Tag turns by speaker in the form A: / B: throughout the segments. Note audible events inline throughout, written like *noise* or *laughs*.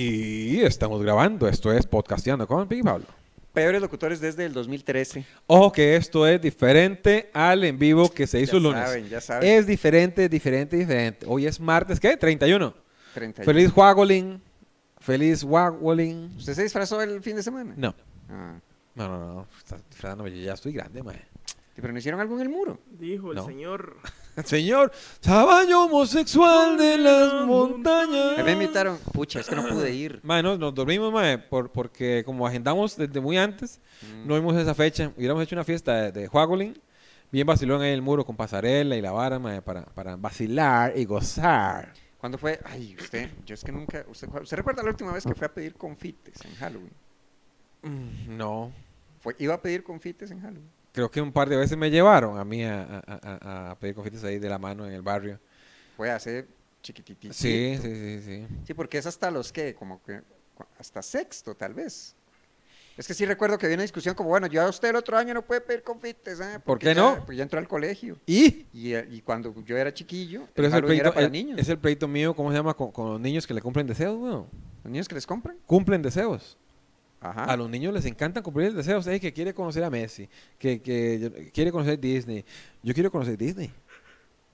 A: Y estamos grabando. Esto es Podcasteando con Big Pablo.
B: Peores locutores desde el 2013.
A: Ojo que esto es diferente al en vivo que se hizo el lunes.
B: saben, ya saben.
A: Es diferente, diferente, diferente. Hoy es martes, ¿qué? 31.
B: 31.
A: Feliz Wagolin. Feliz Wagolin.
B: ¿Usted se disfrazó el fin de semana?
A: No,
B: Ah.
A: no, no, no. Estás disfrazándome, yo ya estoy grande, mae.
B: Sí, Pero no hicieron algo en el muro.
C: Dijo el
A: No.
C: señor.
A: *laughs* Señor, caballo homosexual de las
B: A mí me
A: montañas.
B: invitaron. Pucha, es que no pude ir.
A: Mae, no, nos dormimos, mae, por, porque como agendamos desde muy antes,
B: Mm.
A: no vimos esa fecha. Hubiéramos hecho una fiesta de, de Juagolín, bien vacilón ahí en el muro con pasarela y la vara, mae, para, para vacilar y gozar.
B: ¿Cuándo fue? Ay, usted, yo es que nunca. ¿Usted, ¿usted recuerda la última vez que fue a pedir confites en Halloween?
A: Mm, No,
B: Fue, iba a pedir confites en Halloween.
A: creo que un par de veces me llevaron a mí a, a- a- a- a pedir confites ahí de la mano en el barrio.
B: Fue hace chiquititito.
A: Sí, sí, sí, sí.
B: Sí, porque es hasta los que, como que, cu- hasta sexto, tal vez. Es que sí recuerdo que había una discusión como, bueno, yo a usted el otro año no puede pedir confites, ¿eh?
A: ¿Por
B: porque
A: qué
B: ya-
A: no?
B: Porque ya entró al colegio.
A: ¿Y?
B: Y, eh, y cuando yo era chiquillo, el
A: Pero eh, es el,
B: Halloween
A: pleito,
B: era para
A: el-
B: niños.
A: es el pleito mío, ¿cómo se llama? Con, con los niños que le cumplen deseos, weón.
B: ¿Los niños que les compran?
A: Cumplen deseos.
B: Ajá.
A: A los niños les encanta cumplir deseos. Ey, que quiere conocer a Messi, que, que yo- quiere conocer Disney. Yo quiero conocer Disney.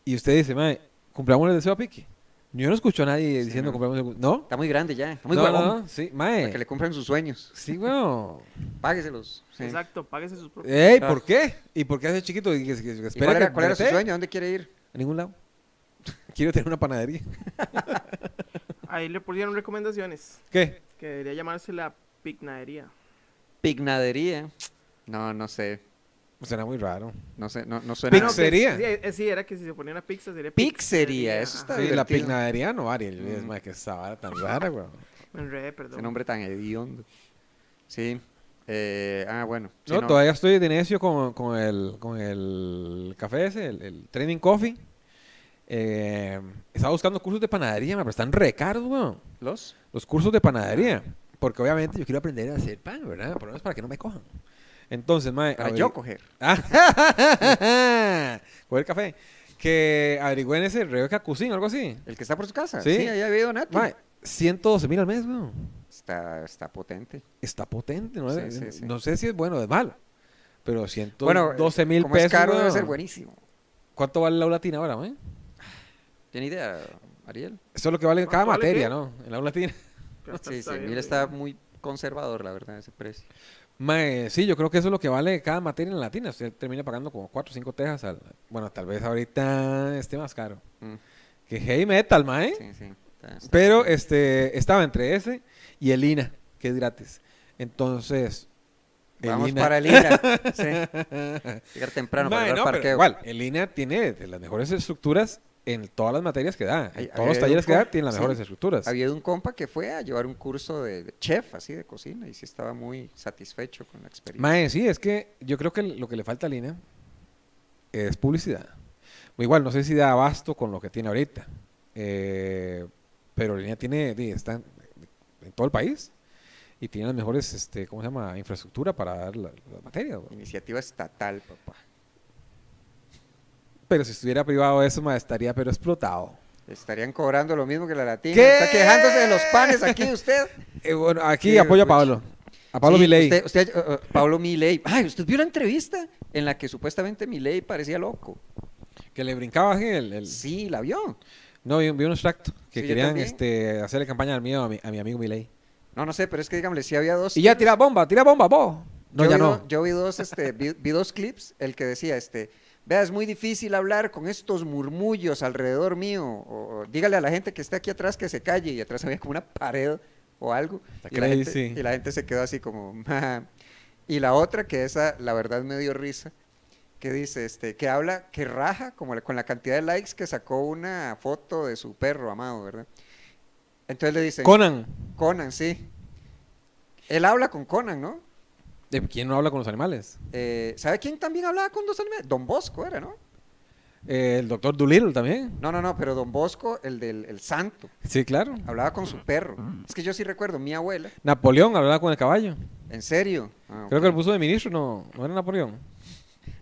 A: Y usted dice, mae, cumplamos el deseo a Piqui. Yo no escucho a nadie
B: Sí,
A: diciendo
B: no.
A: cumplamos el ¿No?
B: Está muy grande ya, está muy
A: no,
B: guapo
A: no, no, Sí, mae.
B: Para que le cumplan sus sueños.
A: Sí, weón.
B: Págueselos. sí.
C: Exacto, páguese sus propios.
A: Ey,
B: Ah.
A: ¿por qué? ¿Y por qué hace chiquito? Y que- que- que
B: ¿Y
A: espera
B: cuál era,
A: que
B: cuál era su
A: brotee.
B: sueño? ¿A dónde quiere ir?
A: A ningún lado. *laughs* Quiero tener una panadería.
C: Ahí le pusieron recomendaciones.
A: ¿Qué?
C: Que debería llamarse la pignadería.
B: Pignadería. No, no sé.
A: Pues Suena muy raro.
B: No sé, no, no suena.
C: Ah, no, que-
A: Pizzería.
C: sí, eh, sí, era que si se ponía una pizza sería
B: Pizzería, eso está
C: ajá.
A: Sí, la
B: divertido.
A: pignadería no, Ariel. Es
B: Mm.
A: más que esa vara tan rara, weón.
C: Me enredé,
B: Ese
C: perdón.
B: nombre tan hediondo. Sí. Eh, ah, bueno. Sí,
A: no,
B: no.
A: todavía estoy de necio con, con el, con el café ese, el, el Training Coffee. Eh, estaba buscando cursos de panadería, ma, pero están re caros, weón.
B: ¿Los?
A: Los cursos de panadería. Porque obviamente yo quiero aprender a hacer pan, ¿verdad? Por lo menos para que no me cojan. Entonces, mae,
B: Para
A: averi- *laughs*
B: yo coger.
A: Ah, Coger café. Que averigüen ese Rebeca Cucín o algo así.
B: ¿El que está por su casa?
A: Sí.
B: Sí, ahí había ido Nati.
A: Mae, 112 mil al mes, weón.
B: Está, está potente.
A: Está potente, ¿no?
B: Sí, sí, sí.
A: No sé si es bueno o es malo. Pero 112
B: 12
A: mil
B: como
A: pesos.
B: es caro, debe
A: weón.
B: ser buenísimo.
A: ¿Cuánto vale la aula latina ahora, man?
B: ¿Tiene idea, Ariel?
A: Eso es lo que vale cada
C: ¿Cuánto vale
A: materia,
C: qué?
A: ¿no? En la aula latina. *laughs*
C: Que *laughs* hasta
B: Sí,
C: está
B: sí,
C: bien,
B: mira, está
C: güey.
B: muy conservador, la verdad, ese precio.
A: Mae, sí, yo creo que eso es lo que vale cada materia en la latina. Usted termina pagando como 4 o 5 tejas. al- Bueno, tal vez ahorita esté más caro.
B: Mm,
A: Que heavy metal, mae.
B: Sí, sí. está- está
A: Pero
B: potente.
A: este, estaba entre ese y el INA, que es gratis. Entonces, el
B: Vamos
A: INA-
B: para
A: *laughs*
B: el INA. sí. Llegar temprano para
A: Mae,
B: llegar
A: no, pero
B: al parqueo.
A: igual, el INA tiene de las mejores estructuras en todas las materias que da. En todos
B: Ay,
A: los
B: había
A: talleres
B: un
A: que da
B: compa-
A: tiene las
B: sí,
A: mejores estructuras.
B: Había un compa que fue a llevar un curso de, de chef, así de cocina, y sí estaba muy satisfecho con la experiencia.
A: Mae, sí, es que yo creo que lo que le falta a Lina es publicidad. Igual, no sé si da abasto con lo que tiene ahorita. eh, pero Lina tiene, di, está en, en todo el país y tiene las mejores, este, ¿cómo se llama? Infraestructura para dar la- las materias. weón.
B: Iniciativa estatal, papá.
A: Pero si estuviera privado eso, mae, estaría pero explotado.
B: Estarían cobrando lo mismo que la latina.
A: ¿Qué?
B: Está quejándose de los panes aquí usted.
A: Eh, bueno, aquí
B: Sí,
A: apoyo a
B: pucha.
A: Pablo. A Pablo
B: Sí,
A: Milei.
B: Usted, usted- eh, eh, Pablo Milei. Ay, usted vio la entrevista en la que supuestamente Milei parecía loco.
A: Que le brincaba ¿sí? el, el-
B: Sí, la vio.
A: No, vi, vi un extracto
B: Sí,
A: que
B: yo
A: querían
B: también.
A: este, hacerle campaña al mío a mi, a mi amigo Milei.
B: No, no sé, pero es que dígame, sí había dos.
A: Y ya tira bomba, tira bomba, vos. No,
B: yo
A: ya
B: vi
A: no.
B: do- yo vi dos, este, vi, vi dos clips, el que decía, este, vea, es muy difícil hablar con estos murmullos alrededor mío, o, o dígale a la gente que está aquí atrás que se calle, y atrás había como una pared o algo,
A: Está
B: y la, gente,
A: crazy.
B: y la gente se quedó así como, "Ja". y la otra, que esa, la verdad, me dio risa, que dice, este, que habla, que raja, como la- con la cantidad de likes que sacó una foto de su perro amado, ¿verdad? Entonces le dice,
A: Conan.
B: Conan, sí. Él habla con Conan, ¿no?
A: Eh, ¿Quién no habla con los animales?
B: Eh, ¿Sabe quién también hablaba con dos animales? Don Bosco era, ¿no?
A: Eh, el doctor Doolittle también.
B: No, no, no, pero Don Bosco, el del el santo,
A: Sí, claro.
B: hablaba con su perro. Es que yo sí recuerdo, mi abuela,
A: Napoleón hablaba con el caballo.
B: en serio. Ah,
A: Creo
B: ok.
A: que el puso de ministro no, no era Napoleón.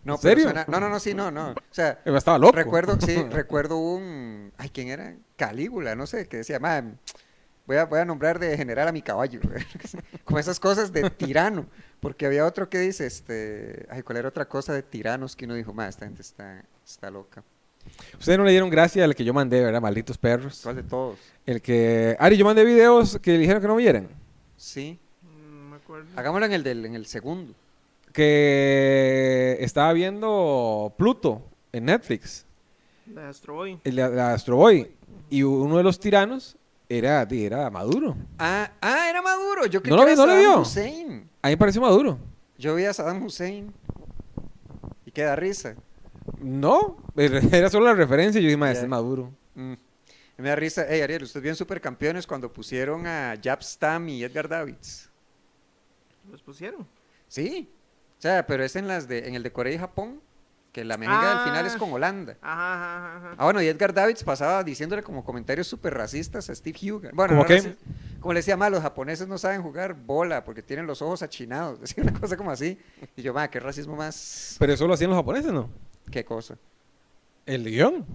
B: no,
A: ¿en
B: pero
A: serio?
B: suena- no, no, no, sí, no, no. O sea,
A: Eh, Estaba loco. *laughs*
B: recuerdo, sí, recuerdo un. Ay, ¿quién era? Calígula, no sé, que decía, madre, Voy a, voy a nombrar de general a mi caballo. *laughs* Como esas cosas de tirano. Porque había otro que dice, este, ay, ¿cuál era otra cosa de tiranos que uno dijo, más esta gente está, está loca?
A: Ustedes no le dieron gracia al que yo mandé, ¿verdad? Malditos perros.
B: ¿Cuál de todos?
A: El que. Ari, yo mandé videos que dijeron que no vieran.
B: Sí.
C: Mm, No me acuerdo.
B: Hagámoslo en el, del, en el segundo.
A: Que estaba viendo Pluto en Netflix,
C: La de Astro Boy.
B: Eh.
A: el de- la de Astro Boy. Y uno de los tiranos era, di, era Maduro.
B: Ah, ah, era Maduro. Yo creí
A: ¿No lo
B: que
A: vi- no
B: era
A: lo
B: Saddam
A: vio?
B: Hussein.
A: A mí me pareció Maduro.
B: Yo vi a Saddam Hussein. Y queda risa.
A: No, *laughs* era solo la referencia. y Yo dije, "Ma, este
B: Ya.
A: es Maduro.
B: Mm. Me da risa. Hey, Ariel, usted vio en Supercampeones cuando pusieron a Jab Stam y Edgar Davids.
C: Los pusieron.
B: Sí. O sea, pero es en las de, en el de Corea y Japón, que la mejenga al final es
C: Ah.
B: con Holanda.
C: Ajá, ajá, ajá, ajá.
B: Ah, bueno, y Edgar Davids pasaba diciéndole como comentarios súper racistas a Steve Hugan. Bueno,
A: ¿Cómo
B: no
A: qué?
B: raci- como le decía, más los japoneses no saben jugar bola porque tienen los ojos achinados. *laughs* Decía una cosa como así. Y yo, ma, qué racismo más.
A: Pero eso lo hacían los japoneses, ¿no?
B: ¿Qué cosa?
A: El guión.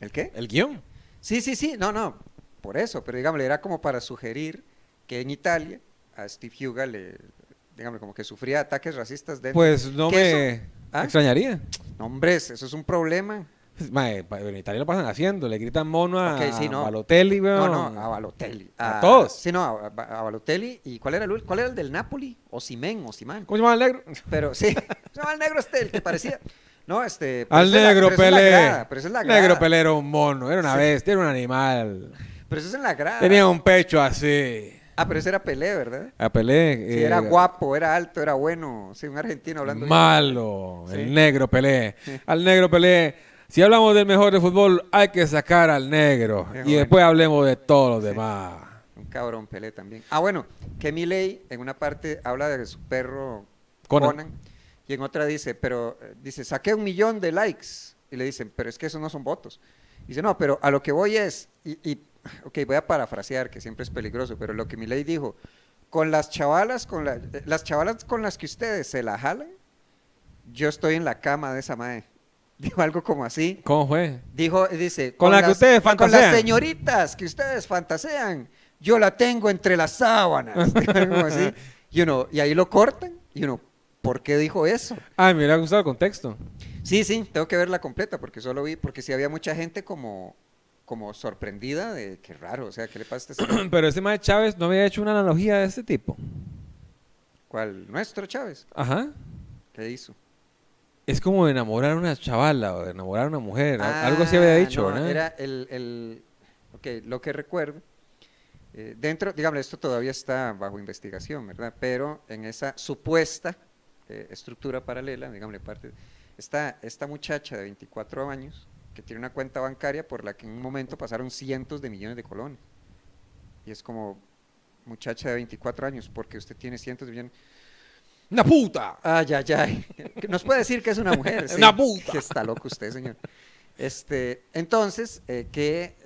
B: ¿El qué?
A: El guión.
B: Sí, sí, sí, no, no, por eso, pero digámosle, era como para sugerir que en Italia a Steve Huga le, digámosle, como que sufría ataques racistas dentro.
A: Pues no
B: ¿Qué
A: me
B: Eh, ¿Ah?
A: extrañaría.
B: No, hombres, eso es un problema.
A: Pues, mae, pa- en Italia lo pasan haciendo, le gritan mono a
B: Ok, sí, no.
A: Balotelli,
B: No,
A: weón.
B: no, a Balotelli.
A: ¿A todos?
B: Sí, no, a, a- a Balotelli. ¿Y cuál era el, ul- cuál era el del Napoli? Osimén, Osimán.
A: ¿Cómo se llama el negro? *laughs*
B: Pero sí, *laughs* se llama el negro este, el que parecía. No, este. pero
A: Al
B: eso es la-
A: negro
B: pero eso es la
A: Pelé.
B: grada, pero eso es la grada.
A: negro Pelé era un mono, era una
B: Sí.
A: bestia, era un animal.
B: Pero eso es en la grada.
A: Tenía un pecho así.
B: Ah, pero ese era Pelé, ¿verdad?
A: A Pelé.
B: Sí,
A: eh,
B: era guapo, era alto, era bueno. Sí, un argentino hablando. bien.
A: Malo.
B: Sí.
A: El negro Pelé. Al negro Pelé. Si hablamos del mejor de fútbol, hay que sacar al negro.
B: Qué
A: y
B: bueno.
A: después hablemos de todos los
B: Sí.
A: demás.
B: Un cabrón Pelé también. Ah, bueno, que Milei en una parte habla de su perro
A: Conan.
B: Conan, y en otra dice, pero eh, dice, saqué un millón de likes. Y le dicen, pero es que eso no son votos. Dice, no, pero a lo que voy es, y, y *sighs* ok, voy a parafrasear, que siempre es peligroso, pero lo que Milei dijo, con las chavalas, con la- eh, las chavalas con las que ustedes se la jalan, yo estoy en la cama de esa madre. *laughs* Dijo algo como así.
A: ¿Cómo fue?
B: Dijo, dice,
A: Con la que ustedes
B: Con las
A: fantasean.
B: señoritas que ustedes fantasean, yo la tengo entre las sábanas. *laughs* Como así. Y uno, y ahí lo cortan, y uno, ¿por qué dijo eso?
A: Ah, me hubiera gustado el contexto. *clears throat*
B: Sí, sí, tengo que verla completa, porque solo vi, porque sí había mucha gente como, como sorprendida de qué raro, o sea, ¿qué le pasa a este señor?
A: Pero ese mae Chávez no había hecho una analogía de este tipo.
B: ¿Cuál? Nuestro Chávez,
A: Ajá.
B: ¿qué hizo?
A: Es como enamorar a una chavala o enamorar a una mujer. al- Algo así había
B: Ah,
A: dicho,
B: no,
A: ¿verdad?
B: Era el, el- ok, lo que recuerdo, eh, dentro, digamos, esto todavía está bajo investigación, ¿verdad? Pero en esa supuesta eh, estructura paralela, digámosle parte, está esta muchacha de 24 años que tiene una cuenta bancaria por la que en un momento pasaron cientos de millones de colones. Y es como, muchacha de 24 años, porque usted tiene cientos de millones.
A: ¡Una puta!
B: Ay, ay, ay. *laughs* Nos puede decir que es una mujer. sí.
A: Una puta.
B: Que está loco usted, señor. Este, entonces, eh, que.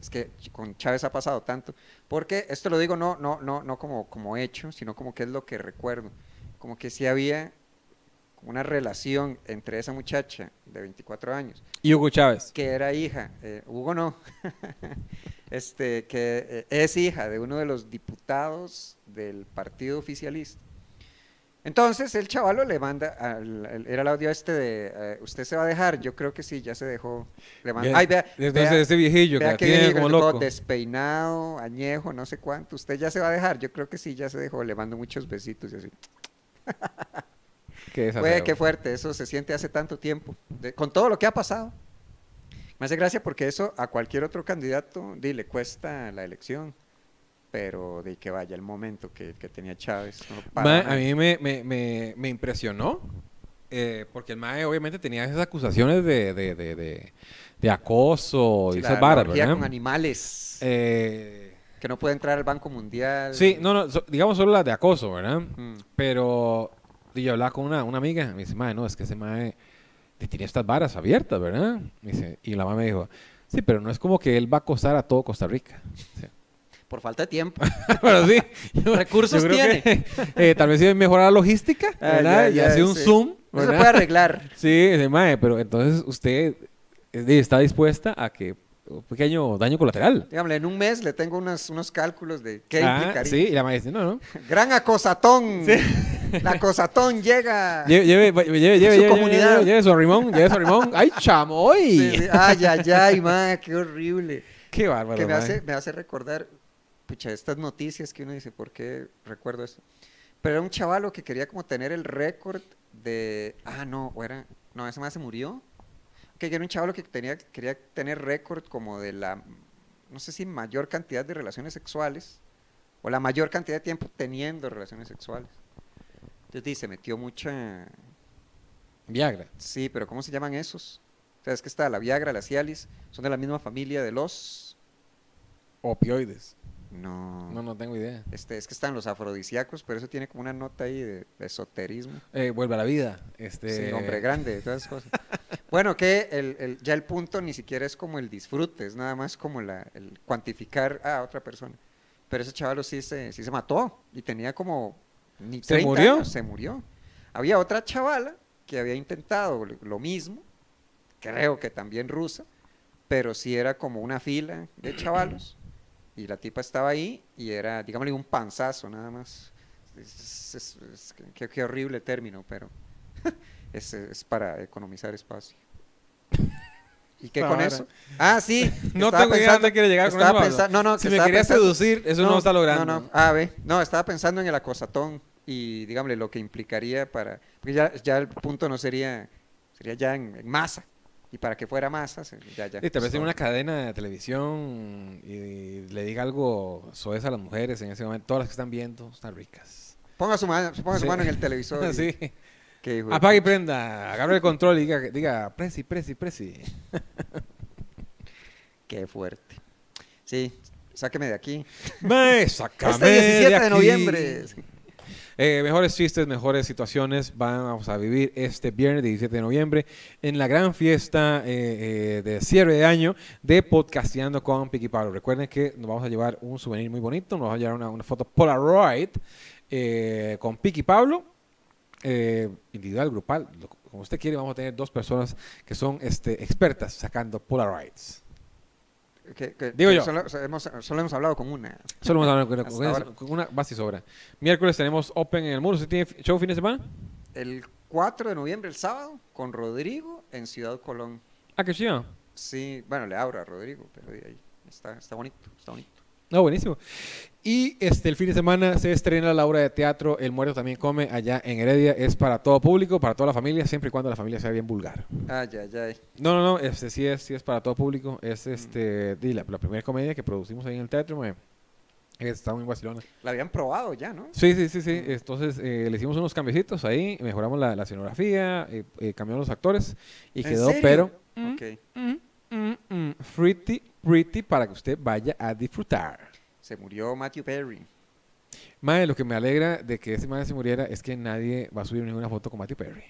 B: Es que con Chávez ha pasado tanto. Porque esto lo digo no, no, no, no como, como hecho, sino como que es lo que recuerdo. Como que sí había como una relación entre esa muchacha de 24 años,
A: Y Hugo Chávez.
B: que era hija, eh, Hugo no, *laughs* este, que eh, es hija de uno de los diputados del partido oficialista. Entonces el chavalo le manda, al- al- era el audio este de, eh, usted se va a dejar, yo creo que sí, ya se dejó. Le manda,
A: Bien.
B: ay, vea,
A: Entonces
B: vea,
A: ese viejillo que
B: vea
A: la
B: qué
A: tiene
B: bien,
A: como
B: el tipo
A: loco.
B: despeinado, añejo, no sé cuánto, usted ya se va a dejar, yo creo que sí, ya se dejó, le mando muchos besitos y así.
A: Qué desastre,
B: Güey, qué
A: güey.
B: fuerte, eso se siente hace tanto tiempo, de- con todo lo que ha pasado. Me hace gracia porque eso a cualquier otro candidato di, le cuesta la elección, pero de que vaya el momento que, que tenía Chávez. no para
A: Ma,
B: nada.
A: a mí me, me- me- me impresionó eh, porque el mae obviamente tenía esas acusaciones de, de- de- de- de acoso
B: Sí,
A: y
B: la-
A: esas
B: la
A: varas,
B: orgía
A: ¿verdad?
B: con animales,
A: Eh,
B: que no puede entrar al Banco Mundial.
A: sí, no, no, so- digamos solo las de acoso, ¿verdad?
B: Mm.
A: Pero y yo hablaba con una, una amiga, me dice, mae, no, es que ese mae te tiene estas varas abiertas, ¿verdad? Me dice, y la mamá me dijo, sí, pero no es como que él va a acosar a todo Costa Rica. *laughs* Sí.
B: Por falta
A: *laughs*
B: de tiempo.
A: Pero sí. yo-
B: Recursos
A: yo creo que, *laughs* eh, tal vez sí mejorar la logística,
B: Ah,
A: ¿verdad?
B: ya,
A: y
B: ya,
A: hacer un
B: sí.
A: zoom,
B: No
A: *laughs*
B: se
A: ¿verdad?
B: puede arreglar.
A: Sí, ese mae, pero entonces usted eh, está dispuesta a que un pequeño daño colateral.
B: Dígame, en un mes le tengo unos, unos cálculos de qué
A: Ah,
B: implicaría.
A: sí, y la madre dice, no,
B: *laughs*
A: no.
B: Gran acosatón. La
A: *laughs*
B: acosatón llega.
A: Lleve, lleve, lleve, lleve, lleve, lleve,
B: comunidad.
A: lleve, lleve su rimón, lleve su
B: *laughs*
A: rimón. ¡Ay, chamoy!
B: Sí, sí. Ay, *laughs* ay, ay, madre, qué horrible.
A: Qué bárbaro,
B: que me
A: madre.
B: hace, me hace recordar, pucha, estas noticias que uno dice, ¿por qué recuerdo esto? Pero era un chavalo que quería como tener el récord de, ah, no, o era, no, ese más se murió. Que era un chavalo que tenía, quería tener récord como de la, no sé si mayor cantidad de relaciones sexuales, o la mayor cantidad de tiempo teniendo relaciones sexuales. Entonces dice, metió mucha,
A: Viagra.
B: Sí, pero ¿cómo se llaman esos? O sea, es que está la Viagra, la Cialis, son de la misma familia de los...
A: Opioides.
B: No.
A: No, no tengo idea.
B: Este, es que están los afrodisíacos, pero eso tiene como una nota ahí de, de esoterismo.
A: Eh, vuelve a la vida. Este...
B: Sí, hombre grande, todas esas cosas. *laughs* bueno, que el, el- ya el punto ni siquiera es como el disfrute, es nada más como la, el cuantificar a otra persona. Pero ese chaval sí se, sí se mató y tenía como ni
A: ¿Se
B: 30
A: murió?
B: años, se murió. Había otra chavala que había intentado lo- lo mismo, creo que también rusa, pero sí era como una fila de chavalos y la tipa estaba ahí y era, digámosle, un panzazo nada más. Es- es- es- qué- qué, qué horrible término, pero *laughs* es, es para economizar espacio. ¿Y qué con
A: Ahora.
B: eso?
A: *laughs*
B: Ah, sí.
A: No
B: estaba
A: tengo idea dónde quiere llegar con
B: estaba
A: eso, Pablo.
B: pensa- No, no,
A: si
B: que
A: me
B: estaba
A: quería
B: pensando-
A: seducir, eso no, lo está logrando.
B: No, no, ah, ve, no, estaba pensando en el acosatón y, dígame, lo que implicaría para... Porque ya, ya el punto no sería, sería ya en, en masa. Y para que fuera masa, se- ya, ya.
A: Y tal vez en
B: Son-
A: una cadena de televisión y le diga algo soez a las mujeres en ese momento. Todas las que están viendo están ricas.
B: Ponga su mano, ponga su
A: Sí.
B: mano en el
A: *laughs*
B: televisor. y-
A: Así.
B: qué hijo de
A: Apague y
B: pucha.
A: prenda. Agarre el control y diga, diga presi, presi,
B: *laughs*
A: presi.
B: Qué fuerte. Sí, sáqueme de aquí.
A: Mae,
B: Este
A: sácame
B: 17 de,
A: aquí.
B: noviembre.
A: Eh, mejores chistes, mejores situaciones vamos a vivir este viernes 17 de noviembre en la gran fiesta eh, eh, de cierre de año de Podcasteando con Piqui Pablo. Recuerden que nos vamos a llevar un souvenir muy bonito, nos vamos a llevar una, una foto Polaroid eh, con Piqui Pablo, eh, individual, grupal, lo- como usted quiere, vamos a tener dos personas que son este, expertas sacando Polaroids.
B: Que- que-
A: Digo
B: que
A: yo.
B: Solo, solo hemos, solo hemos hablado con una.
A: Solo vamos a hablar con-
B: Hasta
A: con,
B: ahora.
A: con una base y sobra. Miércoles tenemos Open en el muro. ¿Usted tiene fi- show fin de semana?
B: El 4 de noviembre, el sábado, con Rodrigo en Ciudad Colón.
A: Ah, qué chido.
B: Sí, bueno, le abro a Rodrigo, pero de ahí está, está bonito, está bonito.
A: No, buenísimo. Y este, el fin de semana se estrena la obra de teatro El Muerto también come allá en Heredia. Es para todo público, para toda la familia, siempre y cuando la familia sea bien vulgar.
B: Ay, ay, ay.
A: No, no, no, este, sí, es, sí es para todo público. Es este, di, la, la primera comedia que producimos ahí en el teatro. mae. Está muy vacilona.
B: La habían probado ya, ¿no?
A: Sí, sí, sí, sí. Entonces eh, le hicimos unos cambiecitos ahí, mejoramos la, la escenografía, eh, eh, cambiamos los actores y
B: ¿En
A: quedó,
B: serio?
A: pero...
B: Ok.
A: Mm, mm, mm, pretty, pretty para que usted vaya a disfrutar.
B: Se murió Matthew Perry.
A: Mae, lo que me alegra de que ese madre se muriera es que nadie va a subir ninguna foto con Matthew Perry.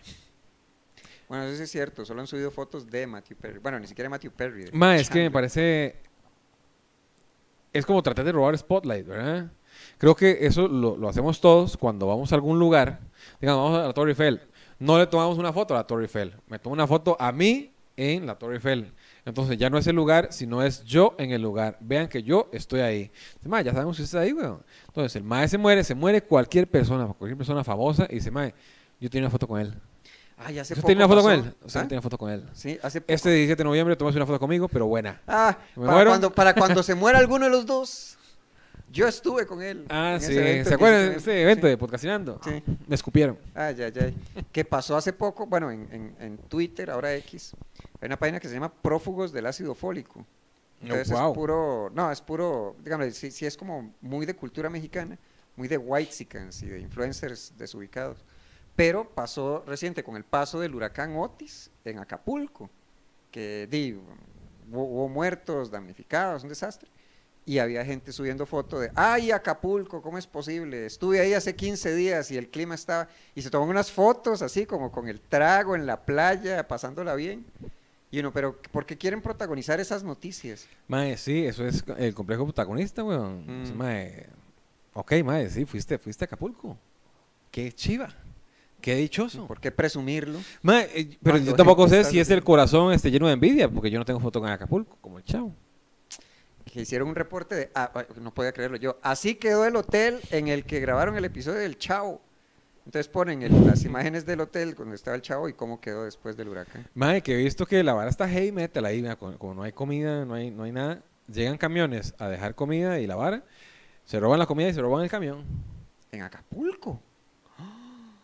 B: Bueno, eso sí es cierto, solo han subido fotos de Matthew Perry. Bueno, ni siquiera Matthew Perry. de
A: Mae, es que me
B: Chandler.
A: parece. Es como tratar de robar Spotlight, ¿verdad? Creo que eso lo, lo hacemos todos cuando vamos a algún lugar. Digamos, vamos a la Torre Eiffel. No le tomamos una foto a la Torre Eiffel. Me tomo una foto a mí en la Torre Eiffel. Entonces ya no es el lugar, sino es yo en el lugar. Vean que yo estoy ahí. Mae, ya sabemos que usted está ahí, weón. Entonces el mae se muere, se muere cualquier persona, cualquier persona famosa y dice, mae, yo tenía una foto con él.
B: Ay, hace
A: ¿Usted
B: poco
A: tiene una foto con
B: pasó.
A: él? O sea,
B: ¿Ah?
A: tiene una foto con él.
B: Sí, hace poco.
A: Este 17 de noviembre tomas una foto conmigo, pero buena.
B: Ah,
A: ¿Me
B: para
A: muero?
B: cuando, para cuando se muera alguno de los dos. Yo estuve con él.
A: Ah,
B: en ese
A: sí.
B: evento
A: ¿Se
B: el
A: acuerdan de
B: 17
A: ese
B: de
A: evento
B: noviembre.
A: de Podcastinando?
B: Sí.
A: Me escupieron.
B: Ay, ay, ay. Que pasó hace poco, bueno, en, en- en Twitter, ahora X, hay una página que se llama Prófugos del Ácido Fólico. Entonces
A: wow.
B: es puro, no, es puro, dígame, sí, sí es como muy de cultura mexicana, muy de whitexicans y de influencers desubicados. Pero pasó reciente con el paso del huracán Otis en Acapulco, que di, hubo, hubo muertos, damnificados, un desastre. Y había gente subiendo fotos de, ay, Acapulco, ¿cómo es posible? Estuve ahí hace 15 días y el clima estaba... Y se toman unas fotos así, como con el trago en la playa, pasándola bien. Y uno, pero ¿por qué quieren protagonizar esas noticias?
A: Mae, sí, eso es co- el complejo protagonista, weón.
B: Mm.
A: Sí, mae. Ok, mae, sí, fuiste, fuiste a Acapulco. Qué chiva. Qué dichoso.
B: ¿Por qué presumirlo?
A: Mae, eh, pero
B: Cuando
A: yo tampoco
B: gente
A: sé
B: está
A: si es el
B: sufriendo.
A: corazón este, lleno de envidia, porque yo no tengo foto con Acapulco, como el chavo.
B: que hicieron un reporte de, ah, ah, no podía creerlo yo, así quedó el hotel en el que grabaron el episodio del Chavo. Entonces ponen el- las imágenes del hotel donde estaba el Chavo y cómo quedó después del huracán.
A: Mae, que he visto que la vara está heavy metal ahí, mae, como, como no hay comida, no hay, no hay nada. Llegan camiones a dejar comida y la vara, se roban la comida y se roban el camión.
B: En Acapulco. ¡Ah!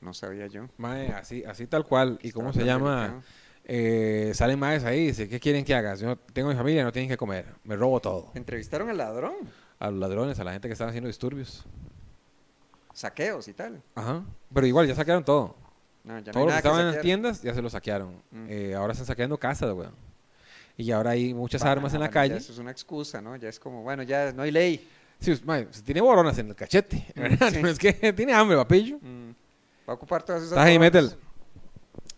B: No sabía yo.
A: Mae, así, así tal cual. ¿Y cómo se
B: Estaba
A: llama?
B: americano.
A: Eh, salen maes ahí y dicen, ¿qué quieren que haga? Yo tengo mi familia, no tienen que comer. Me robo todo.
B: Entrevistaron al ladrón,
A: A los ladrones, a la gente que estaba haciendo disturbios.
B: saqueos y tal.
A: Ajá. Pero igual, ya saquearon todo.
B: No, ya no
A: todo lo que
B: hay nada que
A: estaba en las
B: saquear.
A: tiendas ya se lo saquearon.
B: Mm.
A: Eh, ahora están saqueando casas, weón. Y ahora hay muchas
B: Ah,
A: armas en la
B: bueno, ya
A: calle.
B: Eso es una excusa, ¿no? Ya es como, bueno, ya no hay ley.
A: Sí, es- mae, se tiene boronas en el cachete.
B: *laughs*
A: ¿verdad?
B: sí.
A: No es que *laughs* tiene hambre, papillo.
B: Mm. Va a ocupar todas esas.
A: Está heavy
B: cosas.
A: metal.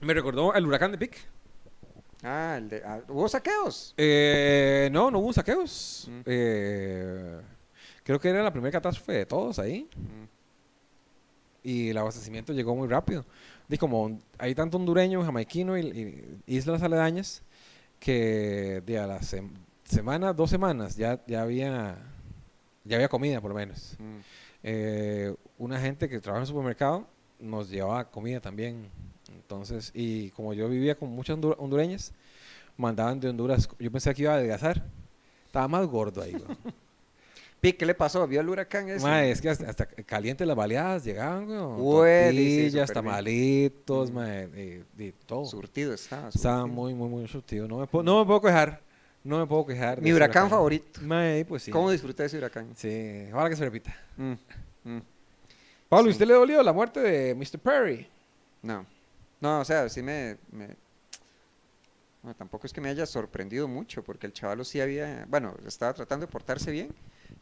A: Me recordó al huracán de Pic.
B: Ah, el de, ah, hubo saqueos.
A: Eh, no, no hubo saqueos.
B: Mm.
A: Eh, creo que era la primera catástrofe de todos ahí.
B: Mm.
A: Y el abastecimiento llegó muy rápido. Y como hon- hay tanto hondureño, jamaiquino y, y islas aledañas que de a la sem- semana, dos semanas ya, ya había ya había comida por lo menos.
B: Mm.
A: Eh, una gente que trabaja en el supermercado nos llevaba comida también. Entonces, y como yo vivía con muchas hondu- hondureñas, mandaban de Honduras. Yo pensé que iba a adelgazar. Estaba más gordo ahí.
B: *laughs*
A: weón.
B: Pi, ¿qué le pasó? ¿Vio el huracán ese?
A: Mae, es que hasta, hasta caliente las baleadas llegaban, weón.
B: Güey, dice,
A: Tortillas,
B: súper bien.
A: tamalitos,
B: Mm.
A: mae, de, de todo.
B: Surtido estaba.
A: Estaba
B: surtido.
A: muy, muy, muy surtido. No me, puedo- no me puedo quejar. No me puedo quejar. de
B: Mi
A: ese
B: huracán favorito.
A: Mae, pues sí.
B: ¿Cómo disfruté ese huracán?
A: Sí, ojalá que se repita.
B: Mm, mm,
A: Pablo, ¿y
B: Sí.
A: ¿usted le dolió la muerte de Mr. Perry?
B: No. No, o sea, sí me. me- no, tampoco es que me haya sorprendido mucho, porque el chaval sí había. Bueno, estaba tratando de portarse bien,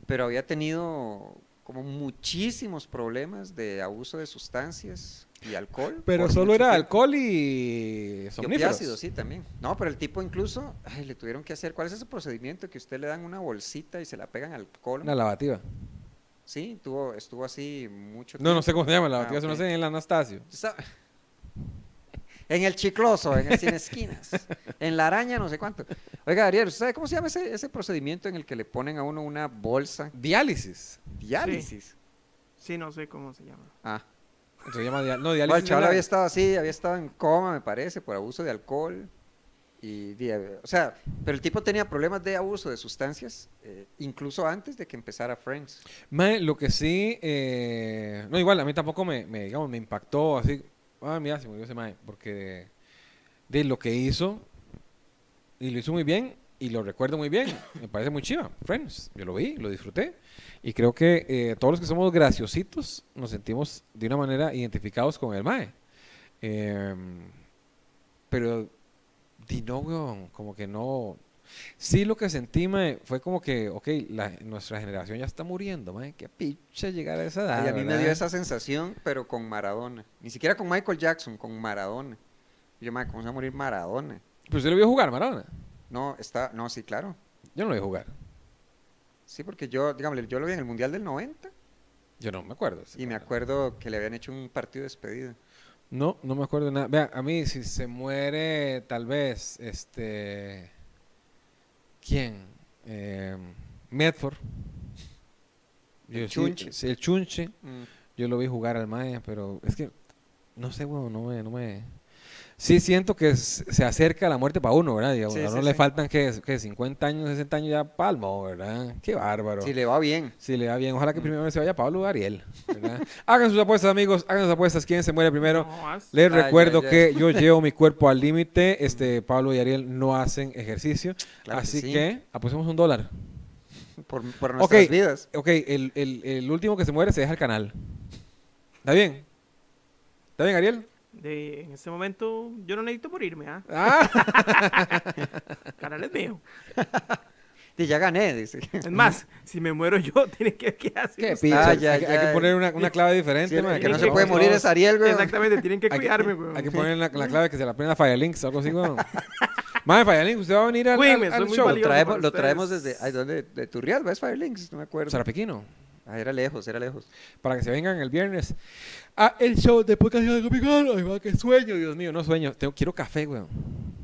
B: pero había tenido como muchísimos problemas de abuso de sustancias y alcohol.
A: Pero
B: por
A: solo
B: mucho
A: era
B: tiempo.
A: alcohol y
B: Y
A: somníferos.
B: Opiácidos, sí, también. No, pero el tipo incluso, ay, le tuvieron que hacer, ¿cuál es ese procedimiento que usted le dan una bolsita y se la pegan al colon?
A: Una lavativa.
B: Sí, tuvo, estuvo así mucho
A: No, no sé
B: tiempo.
A: cómo se llama.
B: Ah,
A: Lavativa, no
B: ok.
A: sé, en el Anastasio.
B: Sa- *laughs* En el chicloso, en el
A: *laughs*
B: sin esquinas, en la araña, no sé cuánto. Oiga, Ariel, ¿usted sabe cómo se llama ese, ese procedimiento en el que le ponen a uno una bolsa?
A: Diálisis.
B: Diálisis.
C: Sí, no sé cómo se llama.
B: Ah,
A: Se llama dia- No, diálisis.
B: bueno, el chaval
A: era-
B: había estado así, había estado en coma, me parece, por abuso de alcohol. Y, di- eh, o sea, pero el tipo tenía problemas de abuso de sustancias, eh, incluso antes de que empezara Friends.
A: Mae, lo que sí, eh, no igual, a mí tampoco me, me, digamos, me impactó así, ah, mira, se murió ese mae, porque de, de lo que hizo, y lo hizo muy bien, y lo recuerdo muy bien, me parece muy chiva, Friends, yo lo vi, lo disfruté, y creo que eh, todos los que somos graciositos nos sentimos de una manera identificados con el mae, Em, pero, di no, weón, como que no, Sí, lo que sentí, mae, fue como que, ok, la- nuestra generación ya está muriendo, mae, qué picha llegar a esa edad,
B: y a mí me
A: ¿verdad?
B: dio esa sensación, pero con Maradona. Ni siquiera con Michael Jackson, con Maradona. Y Yo, "Ma, ¿cómo se va a morir Maradona?
A: Pero usted Pues lo vio jugar, Maradona.
B: No, está, no, sí, claro.
A: Yo no lo vi jugar.
B: Sí, porque yo, dígame, yo lo vi en el Mundial del 90
A: Yo no me acuerdo.
B: y me acuerdo que le habían hecho un partido de despedida.
A: No, no me acuerdo de nada. Vea, a mí si se muere, tal vez, este... ¿Quién? Eh, Medford.
B: El
A: Yo sí-
B: Chunche.
A: sí, el Chunche.
B: Mm.
A: Yo lo vi jugar al Mae, pero es que no sé, weón, no me, no me. Sí siento que s- se acerca la muerte para uno, ¿verdad? Y a
B: Sí,
A: uno
B: sí,
A: le
B: sí.
A: faltan que, 50 años, 60 años ya palmo, ¿verdad? Qué bárbaro.
B: Si le va bien.
A: Si le va bien, ojalá
B: Mm.
A: que primero se vaya Pablo Ariel. ¿verdad? *laughs* hagan sus apuestas, amigos, hagan sus apuestas. ¿Quién se muere primero?
C: No, vas.
A: Les
B: Ay,
A: recuerdo
B: ay,
A: que
B: *laughs*
A: yo llevo mi cuerpo al límite. Este Pablo y Ariel no hacen ejercicio.
B: Claro que
A: así
B: sí.
A: que apuestemos un dólar.
B: Por, por nuestras
A: Ok.
B: vidas.
A: Ok, el, el- el último que se muere se deja el canal. ¿Está bien? ¿Está bien, Ariel?
C: De, en este momento yo no necesito morirme, *laughs* ¿ah?
A: *laughs* Ah,
C: Canal
B: *laughs*
C: es mío.
B: Y ya gané, *laughs* dice.
C: Es más, si me muero yo, *laughs* tiene que quedarse.
A: qué
C: ustedes.
A: picha.
B: ya,
A: Ah, hay, que- hay
B: ya.
A: que poner una, una clave diferente.
B: Sí, el
A: man,
B: que no
A: nos
B: se puede
A: vamos
B: morir
A: todos.
B: es Ariel, güey.
C: Exactamente, tienen que
A: Hay que-
C: cuidarme, weón.
A: Hay que poner la, la clave que se la prenda Firelinks o algo así,
C: *laughs*
A: weón. Madre, Firelinks, usted va a venir al, al,
C: Cuídeme,
A: al
C: soy muy
A: show.
B: Lo
C: valioso
B: traemos,
C: para
B: lo traemos
C: ustedes.
B: desde. Ay, ¿dónde? De Turrial, ¿ves Firelinks? No me acuerdo.
A: Sarapequino,
B: Ah, era lejos, era lejos.
A: para que se vengan el viernes a el show de podcast de Copicano. Ay, va, qué sueño, Dios mío, no sueño. Tengo, quiero café, weón.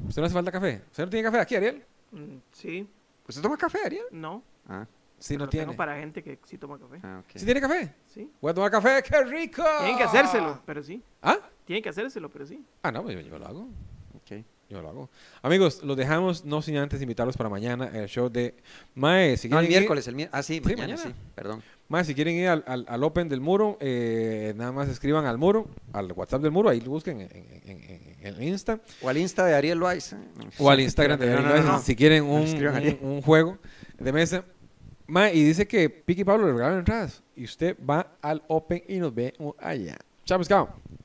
A: ¿Usted no hace falta café? ¿Usted no tiene café aquí, Ariel?
C: Mm, Sí,
B: Pues, ¿Usted toma café, Ariel?
C: No,
B: Ah,
A: Sí,
C: pero
A: no
C: lo
A: tiene.
C: Tengo para gente que sí toma café.
B: ah, ok.
A: ¿Sí tiene café?
C: Sí.
A: Voy a tomar café, qué rico.
C: Tienen que hacérselo, pero sí.
A: ¿Ah?
C: Tienen que hacérselo, pero sí.
A: Ah, no, pues yo, yo lo hago.
B: ok.
A: Yo lo hago. Amigos, los dejamos, no sin antes invitarlos para mañana el show de Mae. Si
B: No, el
A: quieren ir-
B: miércoles, el miércoles. Ah, sí,
A: Sí,
B: mañana,
A: mañana.
B: sí, perdón.
A: Mae, si quieren ir al, al- al Open del Muro, eh, nada más escriban al Muro, al WhatsApp del Muro, ahí lo busquen en, en- en- en el Insta.
B: O al Insta de Ariel ¿eh? Loaiza. No, *laughs*
A: O al Instagram de
B: no,
A: Ariel
B: no, no,
A: Loaiza,
B: no.
A: si quieren un,
B: escriban ahí.
A: un- un juego de mesa. Ma, y dice que Piqui y Pablo le regalaron entradas. Y usted va al Open y nos ve allá. Chao, pescado.